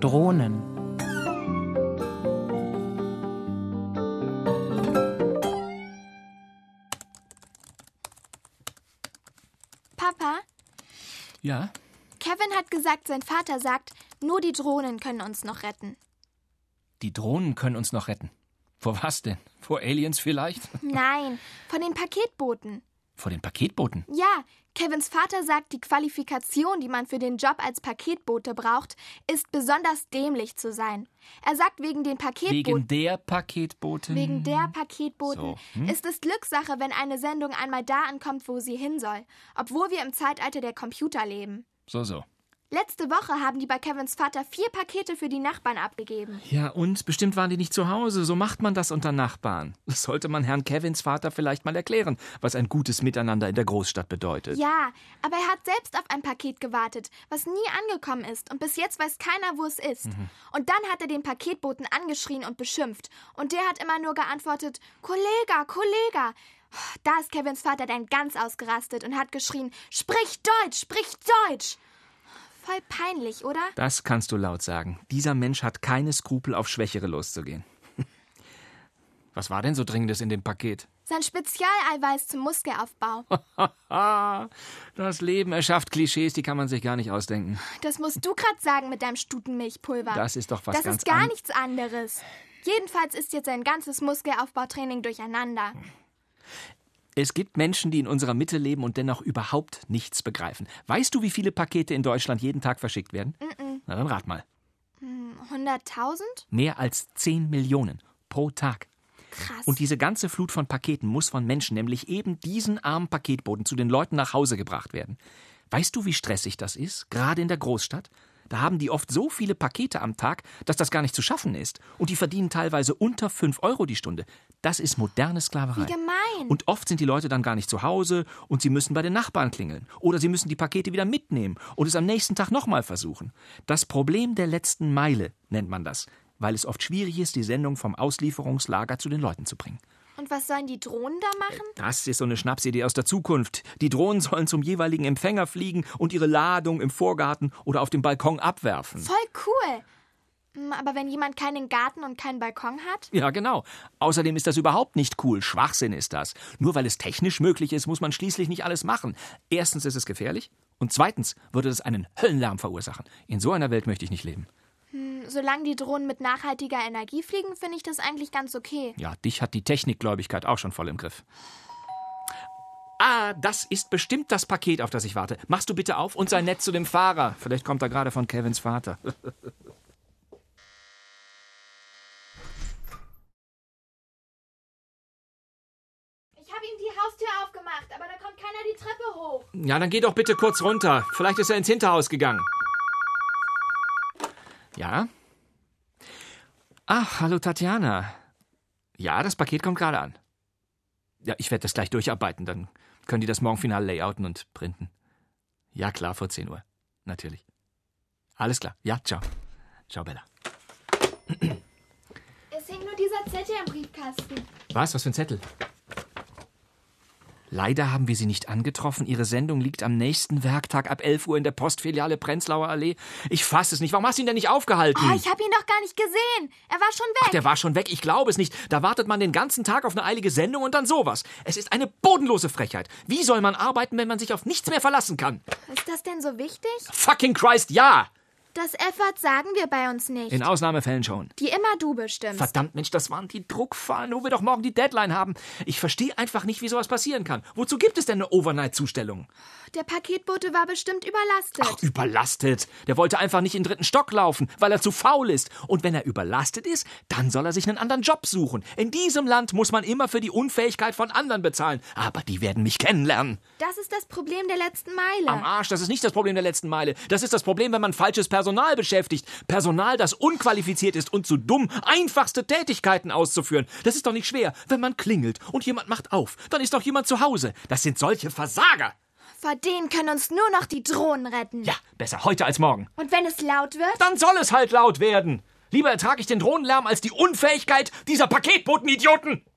Drohnen. Papa, Ja? Kevin hat gesagt, sein Vater sagt, nur die Drohnen können uns noch retten. Die Drohnen können uns noch retten. Vor was denn? Vor Aliens vielleicht? Nein, von den Paketbooten. Vor den Paketbooten? Ja, Kevins Vater sagt, die Qualifikation, die man für den Job als Paketbote braucht, ist besonders dämlich zu sein. Er sagt, wegen den Paketboten. Wegen der Paketboote? Wegen der Paketboten So, hm? ist es Glückssache, wenn eine Sendung einmal da ankommt, wo sie hin soll, obwohl wir im Zeitalter der Computer leben. So, so. Letzte Woche haben die bei Kevins Vater vier Pakete für die Nachbarn abgegeben. Ja, und bestimmt waren die nicht zu Hause. So macht man das unter Nachbarn. Das sollte man Herrn Kevins Vater vielleicht mal erklären, was ein gutes Miteinander in der Großstadt bedeutet. Ja, aber er hat selbst auf ein Paket gewartet, was nie angekommen ist und bis jetzt weiß keiner, wo es ist. Mhm. Und dann hat er den Paketboten angeschrien und beschimpft und der hat immer nur geantwortet: Kollega, Kollega. Oh, Da ist Kevins Vater dann ganz ausgerastet und hat geschrien: Sprich Deutsch, sprich Deutsch! Voll peinlich, oder? Das kannst du laut sagen. Dieser Mensch hat keine Skrupel, auf Schwächere loszugehen. Was war denn so Dringendes in dem Paket? Sein Spezialeiweiß zum Muskelaufbau. Haha, Ah, das Leben erschafft Klischees, die kann man sich gar nicht ausdenken. Das musst du grad sagen mit deinem Stutenmilchpulver. Das ist doch was Das ganz ist gar an- nichts anderes. Jedenfalls ist jetzt sein ganzes Muskelaufbautraining durcheinander. Es gibt Menschen, die in unserer Mitte leben und dennoch überhaupt nichts begreifen. Weißt du, wie viele Pakete in Deutschland jeden Tag verschickt werden? Na dann rat mal. 100.000? Mehr als 10 Millionen pro Tag. Krass. Und diese ganze Flut von Paketen muss von Menschen, nämlich eben diesen armen Paketboten, zu den Leuten nach Hause gebracht werden. Weißt du, wie stressig das ist? Gerade in der Großstadt? Da haben die oft so viele Pakete am Tag, dass das gar nicht zu schaffen ist. Und die verdienen teilweise unter 5 Euro die Stunde. Das ist moderne Sklaverei. Wie gemein. Und oft sind die Leute dann gar nicht zu Hause und sie müssen bei den Nachbarn klingeln. Oder sie müssen die Pakete wieder mitnehmen und es am nächsten Tag nochmal versuchen. Das Problem der letzten Meile nennt man das, weil es oft schwierig ist, die Sendung vom Auslieferungslager zu den Leuten zu bringen. Und was sollen die Drohnen da machen? Das ist so eine Schnapsidee aus der Zukunft. Die Drohnen sollen zum jeweiligen Empfänger fliegen und ihre Ladung im Vorgarten oder auf dem Balkon abwerfen. Voll cool. Hm, Aber wenn jemand keinen Garten und keinen Balkon hat? Ja, genau. Außerdem ist das überhaupt nicht cool. Schwachsinn ist das. Nur weil es technisch möglich ist, muss man schließlich nicht alles machen. Erstens ist es gefährlich und zweitens würde das einen Höllenlärm verursachen. In so einer Welt möchte ich nicht leben. hm, Solange die Drohnen mit nachhaltiger Energie fliegen, finde ich das eigentlich ganz okay. Ja, dich hat die Technikgläubigkeit auch schon voll im Griff. Ah, das ist bestimmt das Paket, auf das ich warte. Machst du bitte auf und sei nett zu dem Fahrer. Vielleicht kommt er gerade von Kevins Vater. Ich habe ihm die Haustür aufgemacht, aber da kommt keiner die Treppe hoch. Ja, dann geh doch bitte kurz runter. Vielleicht ist er ins Hinterhaus gegangen. Ja? Ach, hallo Tatjana. Ja, das Paket kommt gerade an. Ja, ich werde das gleich durcharbeiten, dann können die das morgen final layouten und printen. Ja, klar, vor 10 Uhr. Natürlich. Alles klar. Ja, ciao. Ciao, Bella. Es hing nur dieser Zettel im Briefkasten. Was? Was für ein Zettel? Leider haben wir Sie nicht angetroffen. Ihre Sendung liegt am nächsten Werktag ab 11 Uhr in der Postfiliale Prenzlauer Allee. Ich fasse es nicht. Warum hast du ihn denn nicht aufgehalten? Oh, ich habe ihn doch gar nicht gesehen. Er war schon weg. Der war schon weg. Ich glaube es nicht. Da wartet man den ganzen Tag auf eine eilige Sendung und dann sowas. Es ist eine bodenlose Frechheit. Wie soll man arbeiten, wenn man sich auf nichts mehr verlassen kann? Ist das denn so wichtig? Fucking Christ, ja! Das F-Wort sagen wir bei uns nicht. In Ausnahmefällen schon. die immer du bestimmst. Verdammt, Mensch, das waren die Druckfallen, wo wir doch morgen die Deadline haben. Ich verstehe einfach nicht, wie sowas passieren kann. Wozu gibt es denn eine Overnight-Zustellung? Der Paketbote war bestimmt überlastet. Ach, überlastet. Der wollte einfach nicht in den dritten Stock laufen, weil er zu faul ist. Und wenn er überlastet ist, dann soll er sich einen anderen Job suchen. In diesem Land muss man immer für die Unfähigkeit von anderen bezahlen. Aber die werden mich kennenlernen. das ist das Problem der letzten Meile. Am Arsch, das ist nicht das Problem der letzten Meile. Das ist das Problem, wenn man falsches Personal beschäftigt. Personal, das unqualifiziert ist und zu dumm, einfachste Tätigkeiten auszuführen. Das ist doch nicht schwer. Wenn man klingelt und jemand macht auf, dann ist doch jemand zu Hause. Das sind solche Versager. Vor denen können uns nur noch die Drohnen retten. Ja, besser heute als morgen. Und wenn es laut wird? dann soll es halt laut werden. Lieber ertrage ich den Drohnenlärm als die Unfähigkeit dieser Paketbotenidioten.